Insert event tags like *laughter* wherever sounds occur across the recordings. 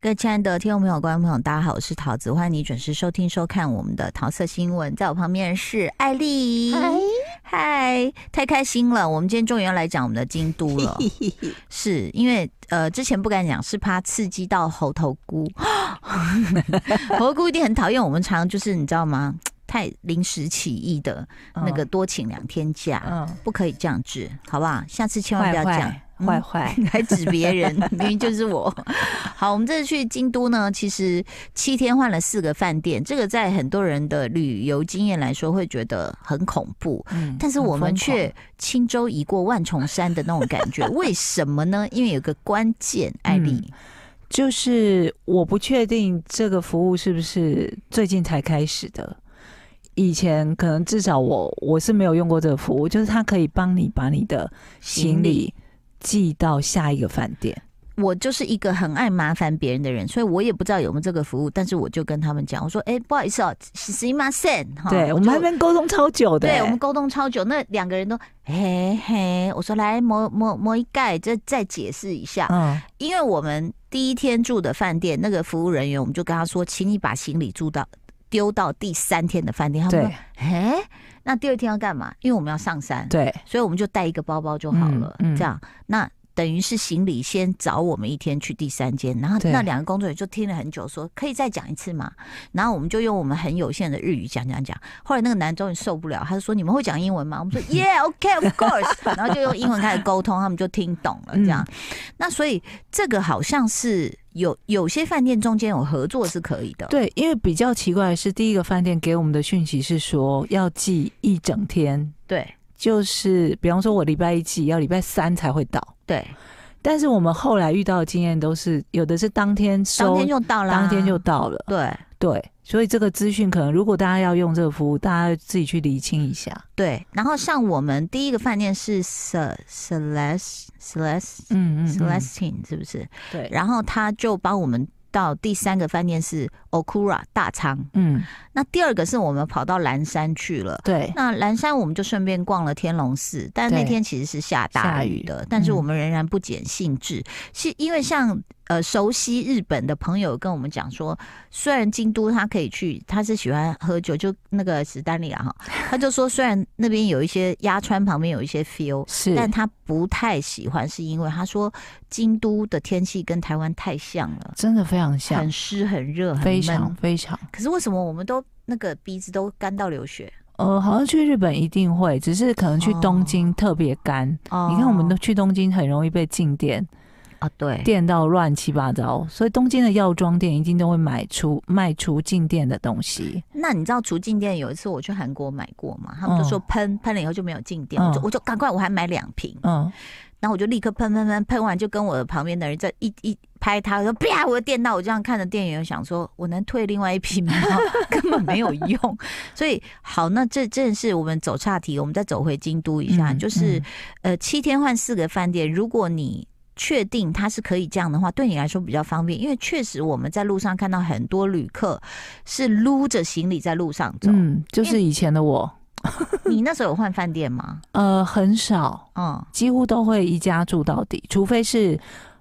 各位亲爱的听众朋友、观众朋友，大家好，我是桃子，欢迎你准时收听、收看我们的桃色新闻。在我旁边是艾丽，嗨，太开心了！我们今天终于要来讲我们的京都 *laughs* 了，是因为呃之前不敢讲，是怕刺激到猴头 *laughs* 菇，猴头菇一定很讨厌我们，常就是你知道吗？太临时起意的那个多请两天假，嗯，不可以这样子，好不好？下次千万坏不要这嗯样。坏坏 *laughs* 坏，还指别 *laughs* 人，明明就是我。好，我们这次去京都呢，其实七天换了四个饭店，这个在很多人的旅游经验来说会觉得很恐怖，嗯但是我们很疯狂却轻舟已过万重山的那种感觉，为什么呢？因为有个关键，艾嗯丽，就是我不确定这个服务是不是最近才开始的，以前可能至少我我是没有用过这个服务，就是它可以帮你把你的行行李寄到下一个饭店。我就是一个很爱麻烦别人的人，所以我也不知道有没有这个服务，但是我就跟他们讲，我说，哎、不好意思哦，是吗？sen，哈对，我们哦就还没沟通超久的、对欸我们沟通超久，那两个人都嘿嘿，我说来某某某一盖，再再解释一下，嗯，因为我们第一天住的饭店，那个服务人员我们就跟他说，请你把行李住到丢到第三天的饭店。他们对说，哎，那第二天要干嘛？因为我们要上山，对，所以我们就带一个包包就好了，嗯嗯这样那。等于是行李先找我们一天去第三间，然后对那两个工作人员就听了很久说可以再讲一次嘛，然后我们就用我们很有限的日语讲讲讲。后来那个男终于受不了，他就说你们会讲英文吗？我们 *laughs* 说 Yeah, OK, of course，然后就用英文开始沟通，他们就听懂了这嗯样。那所以这个好像是有有些饭店中间有合作是可以的，对，因为比较奇怪的是，第一个饭店给我们的讯息是说要寄一整天，对就是比方说我礼拜一寄，要礼拜三才会到。对，但是我们后来遇到的经验都是，有的是当天当收，天就到了，当天就到了。对对，所以这个资讯可能，如果大家要用这个服务，大家要自己去厘清一下。对。然后像我们第一个饭店是 Ce- Celeste Celeste 嗯 Celestine 是不是？对，然后他就帮我们到第三个饭店是 Okura 大仓，嗯，那第二个是我们跑到蓝山去了。对，那蓝山我们就顺便逛了天龙寺，但那对天其实是下大下雨雨的，但是嗯我们仍然不减兴致，是因为像呃熟悉日本的朋友跟我们讲说，虽然京都他可以去，他是喜欢喝酒，就那个史丹利啊哈，他就说虽然那边有一些鸭川旁边有一些 feel。是，但他不太喜欢，是因为他说京都的天气跟台湾太像了，真的非常像很，湿、很热、很非常闷。非常。可是为什么我们都那个鼻子都干到流血？呃，好像去日本一定会，只是可能去东京特别干。哦你看，我们都去东京很容易被静电，啊，对，电到乱七八糟，所以东京的药妆店一定都会买出卖出静电的东西。那你知道除静电有一次我去韩国买过嘛？他们就说喷、喷了以后就没有静电，我就嗯我就赶快我还买两瓶，嗯，然后我就立刻喷喷喷喷完，就跟我的旁边的人在一一拍他，我说啪，我就电到，我这样看着店员想说，我能退另外一瓶吗？ *laughs* 根本没有用。所以好，那这这件事我们走岔题，我们再走回京都一下，嗯就是、嗯呃七天换四个饭店，如果你。确定它是可以这样的话，对你来说比较方便，因为确实我们在路上看到很多旅客是撸着行李在路上走。嗯，就是以前的我，你那时候有换饭店吗？呃，很少，嗯，几乎都会一家住到底，除非是，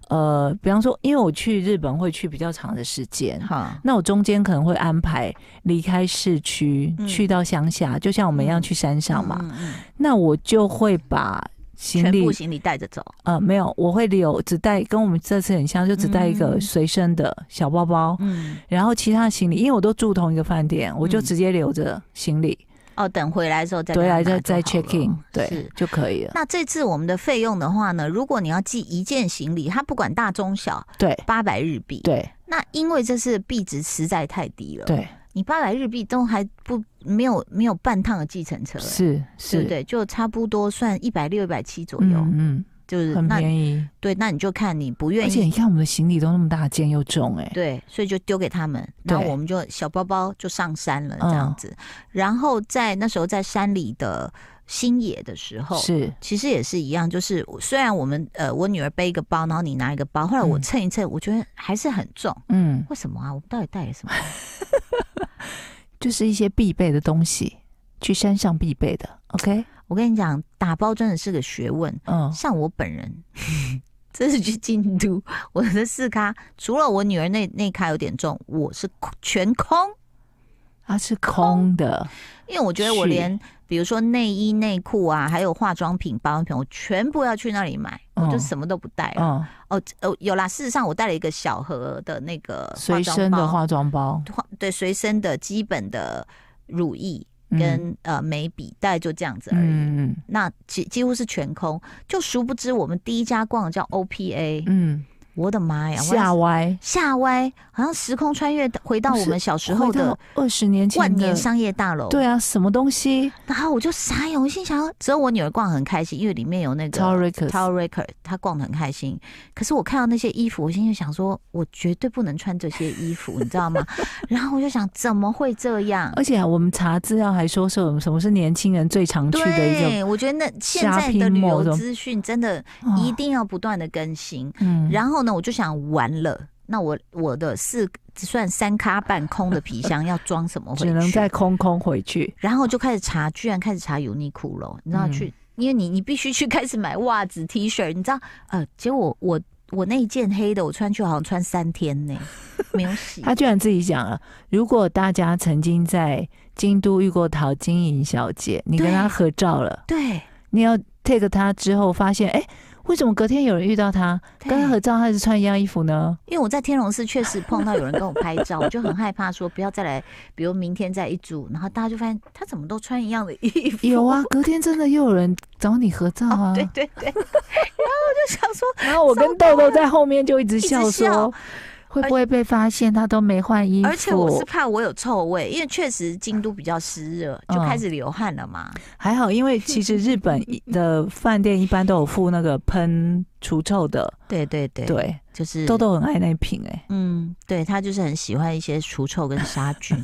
呃，比方说，因为我去日本会去比较长的时间，好，那我中间可能会安排离开市区、嗯去到乡下，就像我们一样嗯去山上嘛，嗯嗯那我就会把嗯行全李部行李带着走。呃没有，我会留只带跟我们这次很像，就只带一个嗯随身的小包包。嗯，然后其他的行李，因为我都住同一个饭店，我嗯就直接留着行李，哦，等回来的时候再回来给他再拿再就好 check in，了对是，就可以了。那这次我们的费用的话呢，如果你要寄一件行李，它不管大中小，对八百日币。，对那因为这次币值实在太低了，，对，你八百日币都还不没有没有半趟的计程车、欸，是对是不，对？就差不多算一百六、一百七左右，嗯就是嗯，很那便宜。对，那你就看你不而愿且意。你看我们的行李都那么大件又重，哎，对，所以就丢给他们，然后对嗯我们就小包包就上山了这样子。然后在那时候在山里的新野的时候，是其实也是一样，就是我虽然我们呃，我女儿背一个包，然后你拿一个包，后来我嗯称一称，我觉得还是很重，嗯，为什么啊？我们到底带了什么？ *laughs* 就是一些必备的东西，去山上必备的。OK，我跟你讲，打包真的是个学问。嗯，像我本人， *laughs* 这是去京都，我的四咖除了我女儿那那咖有点重，我是空全空，它是空的，因为我觉得我是连比如说内衣、内裤啊，还有化妆品、保养品，我全部要去那里买，我就嗯什么都不带了。嗯，哦哦，有啦，事实上我带了一个小盒的那个化随妆身的包化妆包，化对随身的基本的乳液嗯跟、呃眉笔，大概就这样子而已。嗯那几几乎是全空，就殊不知我们第一家逛的叫 OPA，、嗯我的妈嗯，哎呀！夏我歪夏威好像时空穿越回到我们小时候的二十年前万年的商业大楼。对啊，什么东西然后我就傻眼，我心想，只有我女儿逛得很开心，因为里面有那个 t o r i c Tower Raker，她逛得很开心。可是我看到那些衣服，我心里想说，我绝对不能穿这些衣服，你知道吗？ *laughs* 然后我就想，怎么会这样？而且我们查资料还说是我们什么是年轻人最常去的一种，对，我觉得那现在的 shopping 旅 mall 游这种资讯真的哦一定要不断的更新。嗯然后呢，我就想完了，那我我的四只算三咖半空的皮箱要装什么回去？只能再空空回去，然后就开始查，居然开始查优衣库了，你知道嗯去，因为你你必须去 *laughs* 开始买袜子、T 恤，你知道，呃，结果我我那一件黑的，我穿去好像穿三天呢，没有洗。 *laughs* 他居然自己讲了，如果大家曾经在京都遇过陶晶莹小姐，你跟对她合照了，对，你要 take 她之后，发现哎、诶为什么隔天有人遇到她，对跟她合照，她还是穿一样衣服呢？因为我在天龙寺确实碰到有人跟我拍照，我就很害怕说不要再来，比如明天再一组，然后大家就发现他怎么都穿一样的衣服。哦有啊，隔天真的又有人找你合照啊。 *laughs* 对对对，然后我就想说，然后我跟豆豆在后面就一直一笑直笑说，会不会被发现她都没换衣服？而且我是怕我有臭味，因为确实京都比较湿热，就嗯开始流汗了嘛。还好，因为其实日本嗯的饭店一般都有附那个喷除臭的， *laughs* 对对对，嗯对，就是豆豆很爱那一瓶哎、嗯，对他就是很喜欢一些除臭跟杀 *laughs* 菌，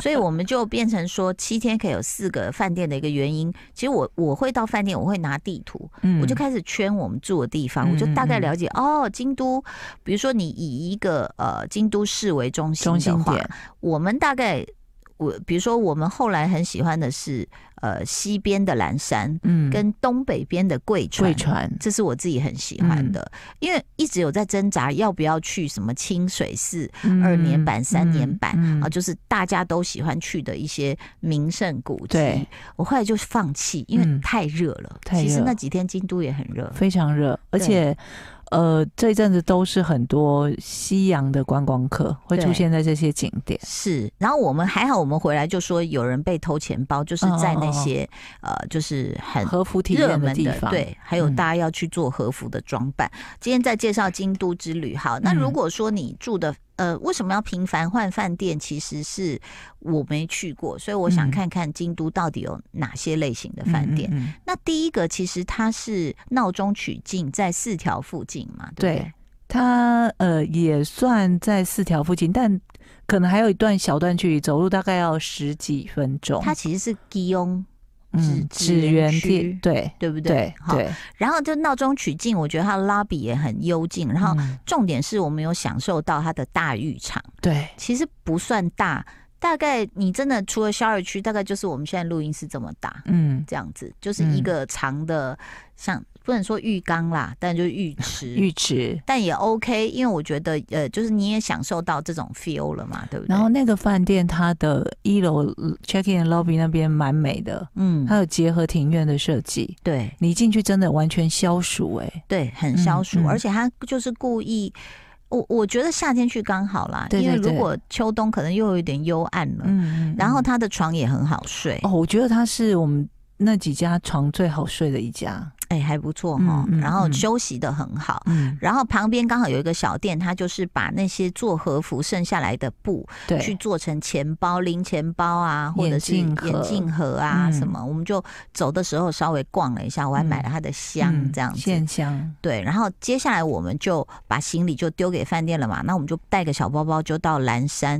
所以我们就变成说七天可以有四个饭店的一个原因。其实我我会到饭店，我会拿地图，嗯，我就开始圈我们住的地方，嗯我就大概了解哦，京都，比如说你以一个呃京都市为中心中的心话，点，我们大概我比如说我们后来很喜欢的是呃西边的岚山嗯，跟东北边的贵船。贵船，这是我自己很喜嗯欢的，因为一直有在挣扎要不要去什么清水寺二年版、三年版、嗯啊，就是大家都喜欢去的一些名胜古迹对。我后来就放弃，因为嗯太热了。太热其实那几天京都也很热。非常热，而且呃，这一阵子都是很多西洋的观光客会对出现在这些景点，是，然后我们还好，我们回来就说有人被偷钱包，就是嗯在那些呃，就是很和服体热验门地的，方，，对，还有嗯大家要去做和服的装扮。今天在介绍京都之旅，好，那嗯如果说你住的呃，为什么要频繁换饭店？其实是我没去过，所以我想嗯看看京都到底有哪些类型的饭店。嗯嗯嗯那第一个其实它是闹中取静，在四条附近嘛，对不对对？它呃也算在四条附近，但可能还有一段小段距离，走路大概要十几分钟。它其实是吉翁，嗯指指指园原地区，对对不对对？好，对，然后就闹中取静，我觉得它的 lobby 也很幽静，然后嗯重点是我们有享受到它的大浴场。对其实不算大，大概你真的除了小耳区，大概就是我们现在录音室这么大，嗯这样子，就是一个长的，像不能说浴缸啦，但就是浴池， *laughs* 浴池。但也 OK，因为我觉得呃，就是你也享受到这种 feel 了嘛，对不对？然后那个饭店它的一楼 check in lobby 那边蛮美的，嗯它，有结合庭院的设计，对你进去真的完全消暑哎、对，很消暑，嗯嗯而且他就是故意。我我觉得夏天去刚好啦，对对因为如对果秋冬可能又有一点幽暗了。嗯嗯然后嗯他的床也很好睡，哦，我觉得它是我们那几家床最好睡的一家。哎、还不错哈、嗯嗯然后嗯休息的很好，嗯，然后旁边刚好有一个小店，它就是把那些做和服剩下来的布对，去做成钱包、零钱包啊，或者是眼镜盒眼镜盒啊嗯什么。我们就走的时候稍微逛了一下，我还买了它的箱嗯这样子。线香，对，然后接下来我们就把行李就丢给饭店了嘛，那我们就带个小包包就到蓝山，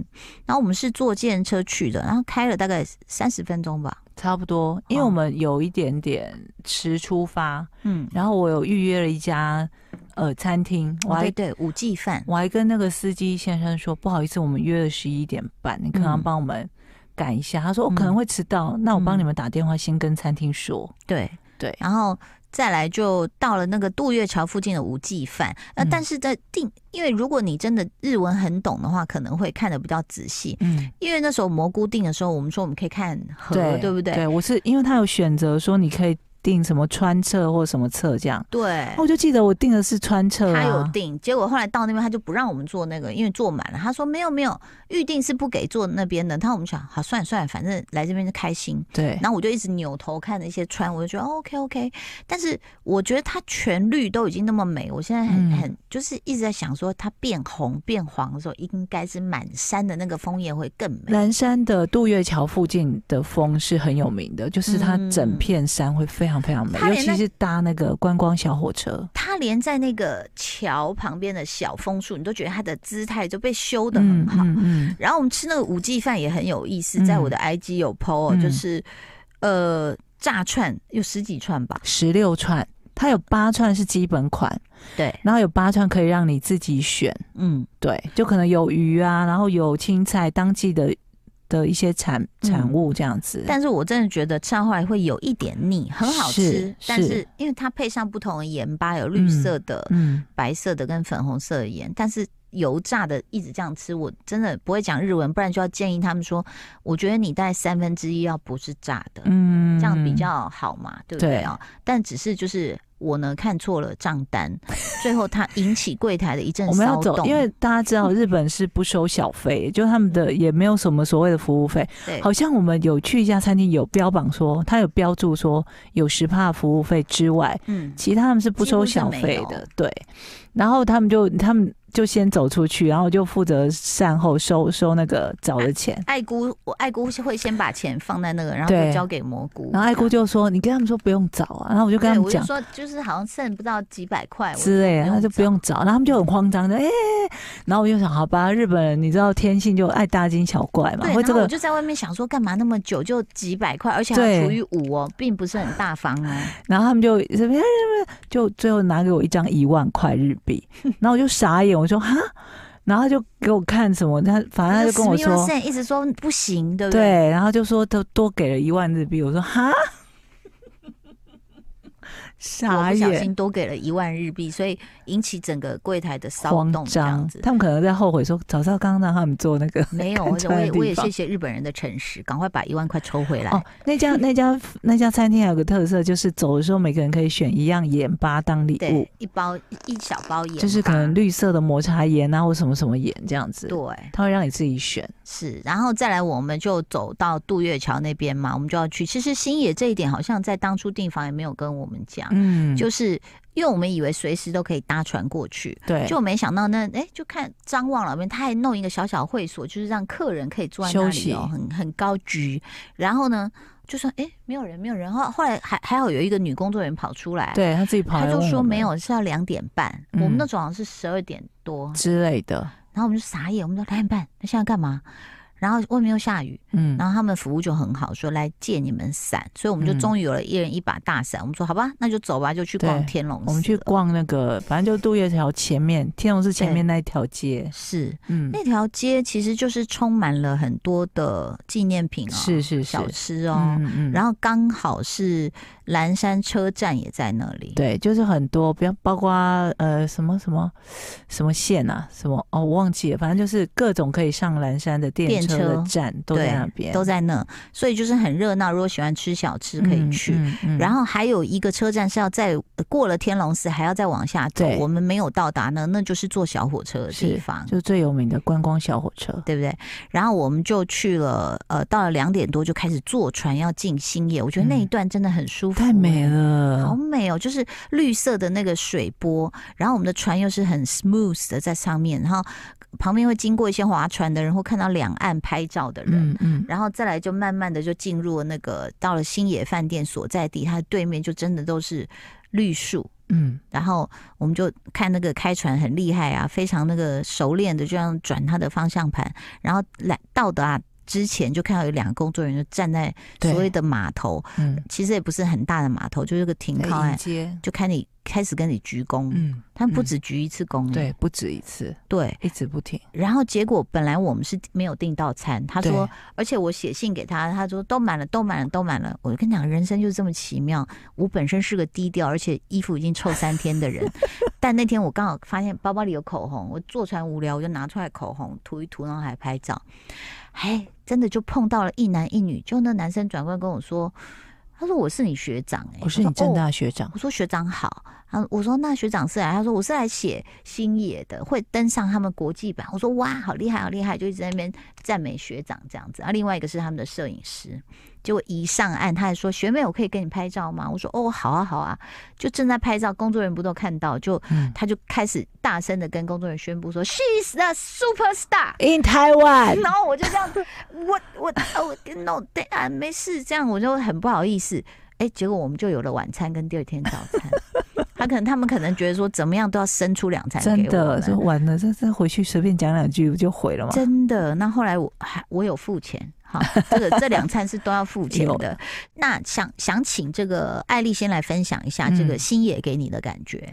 然后我们是坐计程车去的，然后开了大概三十分钟吧，差不多，因为我们有一点点迟出发，嗯，然后我有预约了一家呃餐厅，我哦还、对对，五季饭，我还跟那个司机先生说，不好意思，我们约了十一点半，你可能要嗯帮我们赶一下。他说我、嗯哦可能会迟到，那我帮嗯你们打电话先跟餐厅说。对对然后再来就到了那个渡月桥附近的无记饭。呃，嗯但是在定，因为如果你真的日文很懂的话，可能会看得比较仔细。嗯，因为那时候蘑菇定的时候，我们说我们可以看河，对不对？对，我是因为他有选择说你可以订什么川侧或什么侧这样，对哦我就记得我订的是川侧、啊，他有订，结果后来到那边他就不让我们坐那个，因为坐满了。他说没有没有，预定是不给坐那边的。他我们想，好算了算了，反正来这边就开心。对，然后我就一直扭头看那些穿，我就觉得、哦、OK OK，但是我觉得它全绿都已经那么美，我现在很、嗯很就是一直在想说，它变红变黄的时候，应该是满山的那个枫叶会更美。南山的渡月桥附近的风是很有名的，就是它整片山会非常非常美，嗯它尤连那其是搭那个观光小火车，它连在那个桥旁边的小枫树，你都觉得它的姿态就被修的很好。嗯嗯然后我们吃那个五季饭也很有意思，嗯在我的 IG 有 PO 哦，嗯就是呃炸串有十几串吧，十六串，它有八串是基本款，对，然后有八串可以让你自己选，嗯，对，就可能有鱼啊，然后有青菜，当季的的一些产产嗯物这样子。但是我真的觉得吃到后来会有一点腻，很好吃，是但是是因为它配上不同的盐巴，有绿色的、嗯，白色的跟粉红色的盐，但是油炸的一直这样吃，我真的不会讲日文，不然就要建议他们说，我觉得你大概三分之一要不是炸的，嗯这样比较好嘛，对不对对啊？但只是就是。我呢看错了账单， *laughs* 最后它引起柜台的一阵我们要骚走，动，因为大家知 *laughs* 道日本是不收小费，就他们的也没有什么所谓的服务费。嗯对好像我们有去一家餐厅，有标榜说它有标注说有十帕服务费之外，嗯其他他们是不收小几费乎是没有的。对，然后他们就他们就先走出去，然后我就负责善后收收那个找的钱。爱姑我爱姑会先把钱放在那个，然后就对交给蘑菇，然后爱这样姑就说：“你跟他们说不用找啊。”然后我就跟对，他们我就讲说就是好像剩不到几百块，我之类的，他就不用找，然后他们就很慌张的哎，然后我就想，好吧，日本人你知道天性就爱大惊小怪嘛，对，会然这后我个就在外面想说，干嘛那么久就几百块，而且还对除以五哦，并不是很大方哦。，*sighs* 然后他们就哎什么就最后拿给我一张一万块日币，然后我就傻眼，我说哈，然后他就给我看什么，他反正他就跟我说，一直说不行，对不对？对，然后就说都多给了一万日币，我 *laughs* 说哈，我傻不小眼。心多给了一万日币，所以引起整个柜台的骚慌动，这样张子，。他们可能在后悔说，早知道刚刚让他们做那 *laughs* 个没有，看我出我来也的地我也方谢谢日本人的诚实，赶快把一万块抽回来。哦，那家那家那家餐厅还有个特色，就是走的时候每个人可以选一样盐巴当礼物对，，一包一小包盐吧，就是可能绿色的抹茶盐啊，或什么什么盐这样子。对他会让你自己选，是，然后再来我们就走到渡月桥那边嘛，我们就要去。其实新野这一点好像在当初订房也没有跟我们讲，嗯，就是因为我们以为随时都可以搭船过去，对，就没想到那哎，就看张望老边，他还弄一个小小会所，就是让客人可以坐在那休里哦，息很很高级。然后呢，就说哎，没有人，没有人。后后来还还好有一个女工作人员跑出来，对他自己跑她来就问说我们没有，是要两点半。我们嗯那种好像是十二点多，之类的，然后我们就傻眼，我们说两点半，那现在干嘛？然后外面又下雨，嗯，然后他们服务就很好，说来借你们伞，所以我们就嗯终于有了一人一把大伞。我们说好吧，那就走吧，就去逛对天龙寺了。我们去逛那个，反正就渡月桥前面，天龙寺前面那一条街，是嗯，那条街其实就是充满了很多的纪念品哦，是是是小，吃哦，嗯嗯，然后后刚好是蓝山车站也在那里，对，就是很多，不要包括呃什么什么什么线啊，什么哦，我忘记了，反正就是各种可以上蓝山的电车电车的站都对在那边，都在那，所以就是很热闹。如果喜欢吃小吃，可以去。嗯嗯嗯然后还有一个车站是要在呃过了天龙寺，还要再往下走对，我们没有到达呢，那就是坐小火车的地是方。就是最有名的观光小火车，对不对？然后我们就去了，呃，到了两点多就开始坐船要进新野，我觉得那一嗯段真的很舒服、太美了，好美哦，就是绿色的那个水波，然后我们的船又是很 smooth 的在上面，然后旁边会经过一些划船的人，或看到两岸拍照的人。嗯嗯，然后再来就慢慢的就进入了那个到了新野饭店所在地，它对面就真的都是绿树，嗯，然后我们就看那个开船很厉害啊，非常那个熟练的，就这样转它的方向盘，然后来到达之前就看到有两个工作人员就站在对所谓的码头，嗯，其实也不是很大的码头，就是个停靠来迎岸，接，就看你开始跟你鞠躬，嗯，他们不嗯止鞠一次躬，欸对，不止一次，对，一直不停，然后结果本来我们是没有订到餐，他说对，而且我写信给他，他说都满了，都满了，都满了。我就跟你讲，人生就是这么奇妙。我本身是个低调，而且衣服已经臭三天的 *laughs* 人，但那天我刚好发现包包里有口红，我坐船无聊，我就拿出来口红涂一涂，然后还拍照。哎，真的就碰到了一男一女，就那男生转过来跟我说，他说我是你学长、哎，我是你说正哦大学长，我说学长好，啊，我说那学长是来，他说我是来写星野的，会登上他们国际版。我说哇，好厉害，好厉害，就一直在那边赞美学长这样子。啊，另外一个是他们的摄影师，结果一上岸，他还说学妹，我可以跟你拍照吗？我说哦，好啊，好啊，就正在拍照，工作人员不都看到，就嗯他就开始大声的跟工作人员宣布说，She's the superstar。 ，in *laughs* Taiwan，然后我就这样，我我哦我 no 对啊，没事，这样我就很不好意思。哎，结果我们就有了晚餐跟第二天早餐。 *laughs* 他可能他们可能觉得说怎么样都要生出两餐真给我的，们这完了，这这回去随便讲两句不就毁了吗？真的。那后来我还我有付钱，哈，这个这两餐是都要付钱的。那想想请这个艾丽先来分享一下这个嗯星野给你的感觉。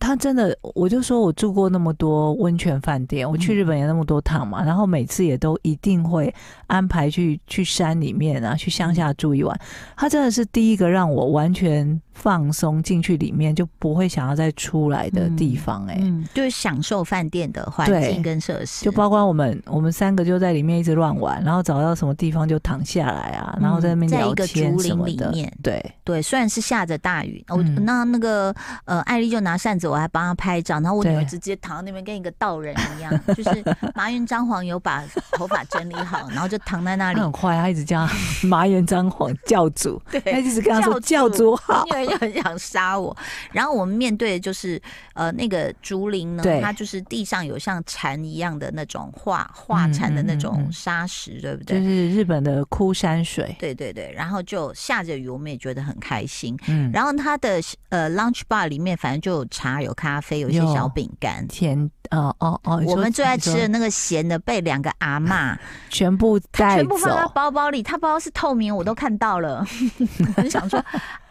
他真的，我就说我住过那么多温泉饭店，我嗯去日本也那么多趟嘛，然后每次也都一定会安排去去山里面啊，去嗯乡下住一晚。他真的是第一个让我完全放松进去里面，就不会想要再出来的地方、哎、嗯，就是享受饭店的环对境跟设施，就包括我们我们三个就在里面一直乱玩，然后找到什么地方就躺下来啊，然后在那边嗯在聊一个天竹什林么里的。面，对，对，虽然是下着大雨，我、嗯那那个呃，艾丽就拿扇子，我还帮她拍照，然后我女对儿直接躺在那边跟一个道人一样， *laughs* 就是麻原彰晃有把头发整理好，然后就躺在那他里。很坏，他一直 *laughs* 叫他麻原彰晃教主，他对，一直跟他说教教主主好我，女儿就很想杀我。然后我们面对的就是呃那个竹林呢对，它就是地上有像蝉一样的那种化化蝉的那嗯嗯种嗯沙石，对不对？就是日本的枯山水。对对对，然后就下着雨，我们也觉得很开心。嗯，然后它的呃 lunch bar 里面，反正就有茶、有咖啡、有一些有小饼干。甜哦哦哦，你我说们最爱你说吃的那个咸的，被两个阿嬷全部 *laughs* 带全部放到走，包包里，她包包是透明，我都看到了。 *laughs* 我就想说，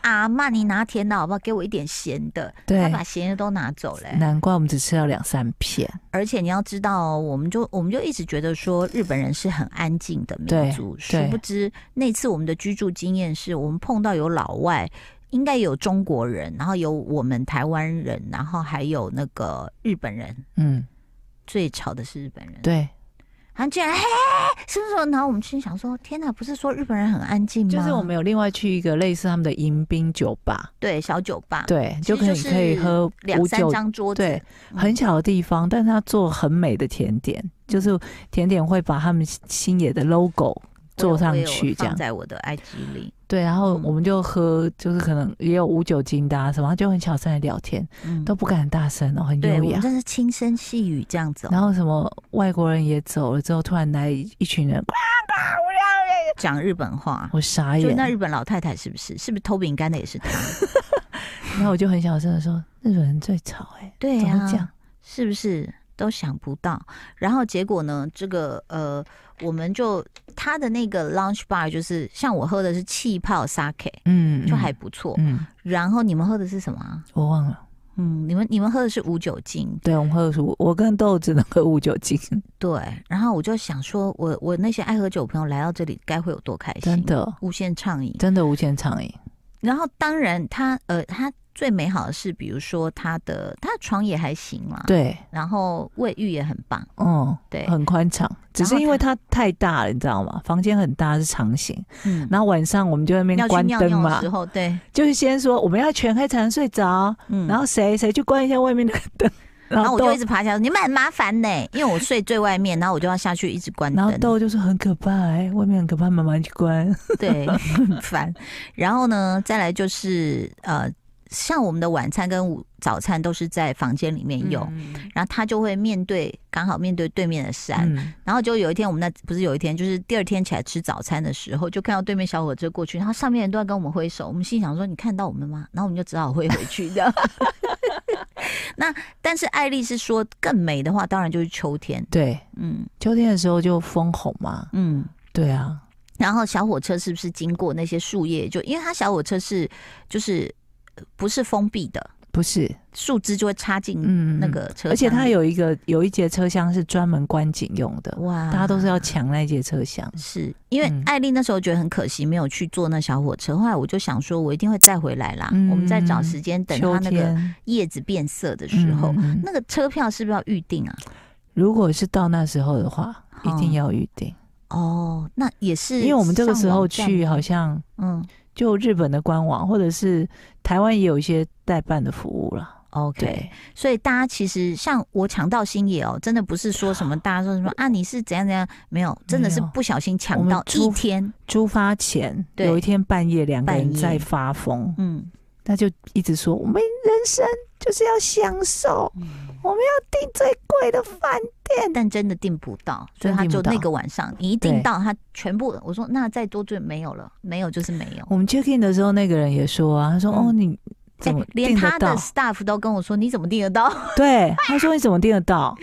阿嬷，你拿甜的好不好？给我一点咸的。她对，把咸的都拿走了欸、难怪我们只吃到两三片，而且你要知道哦，我们就我们就一直觉得说日本人是很安静的民对族，殊对不知那次我们的居住经验是我们碰到有老外。应该有中国人，然后有我们台湾人，然后还有那个日本人。嗯，最吵的是日本人，对，他竟然嘿，是不是？然后我们心想说：天哪，不是说日本人很安静吗？就是我们有另外去一个类似他们的迎宾酒吧，对小酒吧，，对，嗯其就实可以是可以喝两无三酒，张桌子，对，嗯很小的地方，但是它做很美的甜点，就是甜点会把他们星野的 logo 嗯我有做上我有去这放样，在我的 IG 里。对，然后嗯我们就喝，就是可能也有无酒精的啊什么，就很小声的聊天，嗯都不敢很大声哦，很对，优我雅们。这是轻声细语这样子、哦。然后什么外国人也走了之后，突然来一一群人，讲日本话，我傻就眼，那日本老太太是不是？是不是偷饼干的也是她？然后我就很小声的说：“日本人最吵哎、对怎么啊讲，是不是都想不到？然后结果呢？这个呃，我们就他的那个 lunch bar 就是像我喝的是气泡 sake，嗯，就还不错。嗯，然后你们喝的是什么啊？我忘了，嗯，你们你们喝的是无酒精，对我们喝五，我跟豆只能喝五酒精，对。然后我就想说我，我那些爱喝酒的朋友来到这里，该会有多开心？真，的无限畅饮。真的无限畅饮，然后当然他呃，他最美好的是，比如说他的他的床也还行啦，对，然后卫浴也很棒，嗯，对，很宽敞，只是因为它太大了，你知道吗？房间很大是长形，嗯，然后晚上我们就在那要边去关尿灯尿嘛的时，候，对，就是先说我们要全黑才能睡着，嗯，然后谁谁去关一下外面那个灯，然后我就豆一直爬起来，你们很麻烦呢，因为我睡最外面，然后我就要下去一直关然后灯，豆就说很可怕、哎，外面很可怕，慢慢去关。 *laughs* 对，很烦。然后呢，再来就是呃，像我们的晚餐跟午早餐都是在房间里面嗯用，然后他就会面对刚好面对对面的山，嗯，然后就有一天，我们那不是有一天，就是第二天起来吃早餐的时候，就看到对面小火车过去，然后上面人都在跟我们挥手，我们心想说：“你看到我们吗？”然后我们就只好挥回去的。 *laughs* 那但是艾丽是说更美的话，当然就是秋天。对，嗯秋天的时候就枫红嘛。嗯。对啊，然后小火车是不是经过那些树叶？就因为它小火车是就是呃不是封闭的，不是，树枝就会插进嗯，那个车厢里，而且它有一个有一节车厢是专门观景用的，哇，大家都是要抢那节车厢。是因为嗯艾丽那时候觉得很可惜，没有去坐那小火车。后来我就想说，我一定会再回来啦。嗯我们再找时间等它秋那个天叶子变色的时候，嗯嗯嗯那个车票是不是要预定啊？如果是到那时候的话，一哦定要预定，哦，那也是，因为我们这个时候去，好，像嗯就日本的官网或者是台湾也有一些代办的服务了。 ，OK 对。，所以大家其实像我抢到星野哦，真的不是说什么大家说什么啊，你是怎样怎样，没有，真的是没有不小心我抢们到一出天，出发前对有一天半夜，两个半人夜在发疯，嗯，他就一直说我们人生就是要享受，嗯我们要订最贵的饭但真的订不到，所以真他订就不到那个晚上，你一订对到，他全部，我说那再多就没有了，没有就是没有。哎我们 check in 的时候，那个人也说啊，他说、嗯哦，你哎怎么连订他得的到？ staff 都跟我说你怎么订得到？ *laughs* 对，他说你怎么订得到？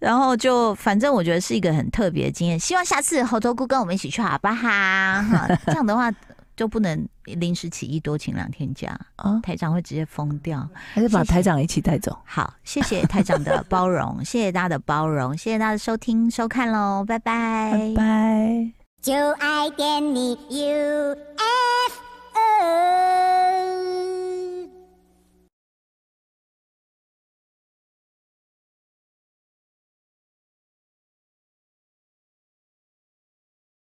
然后就反正我觉得是一个很特别的经验，希望下次猴头菇跟我们一起去好 *laughs* 不好？哈，这样的话就不能临时起意多请两天假，啊，台长会直接疯掉。还是把谢谢台长一起带走？好，谢谢台长的包容，谢谢大家的包容，谢谢大家的收听收看喽，拜拜拜拜。就爱点你 UFO。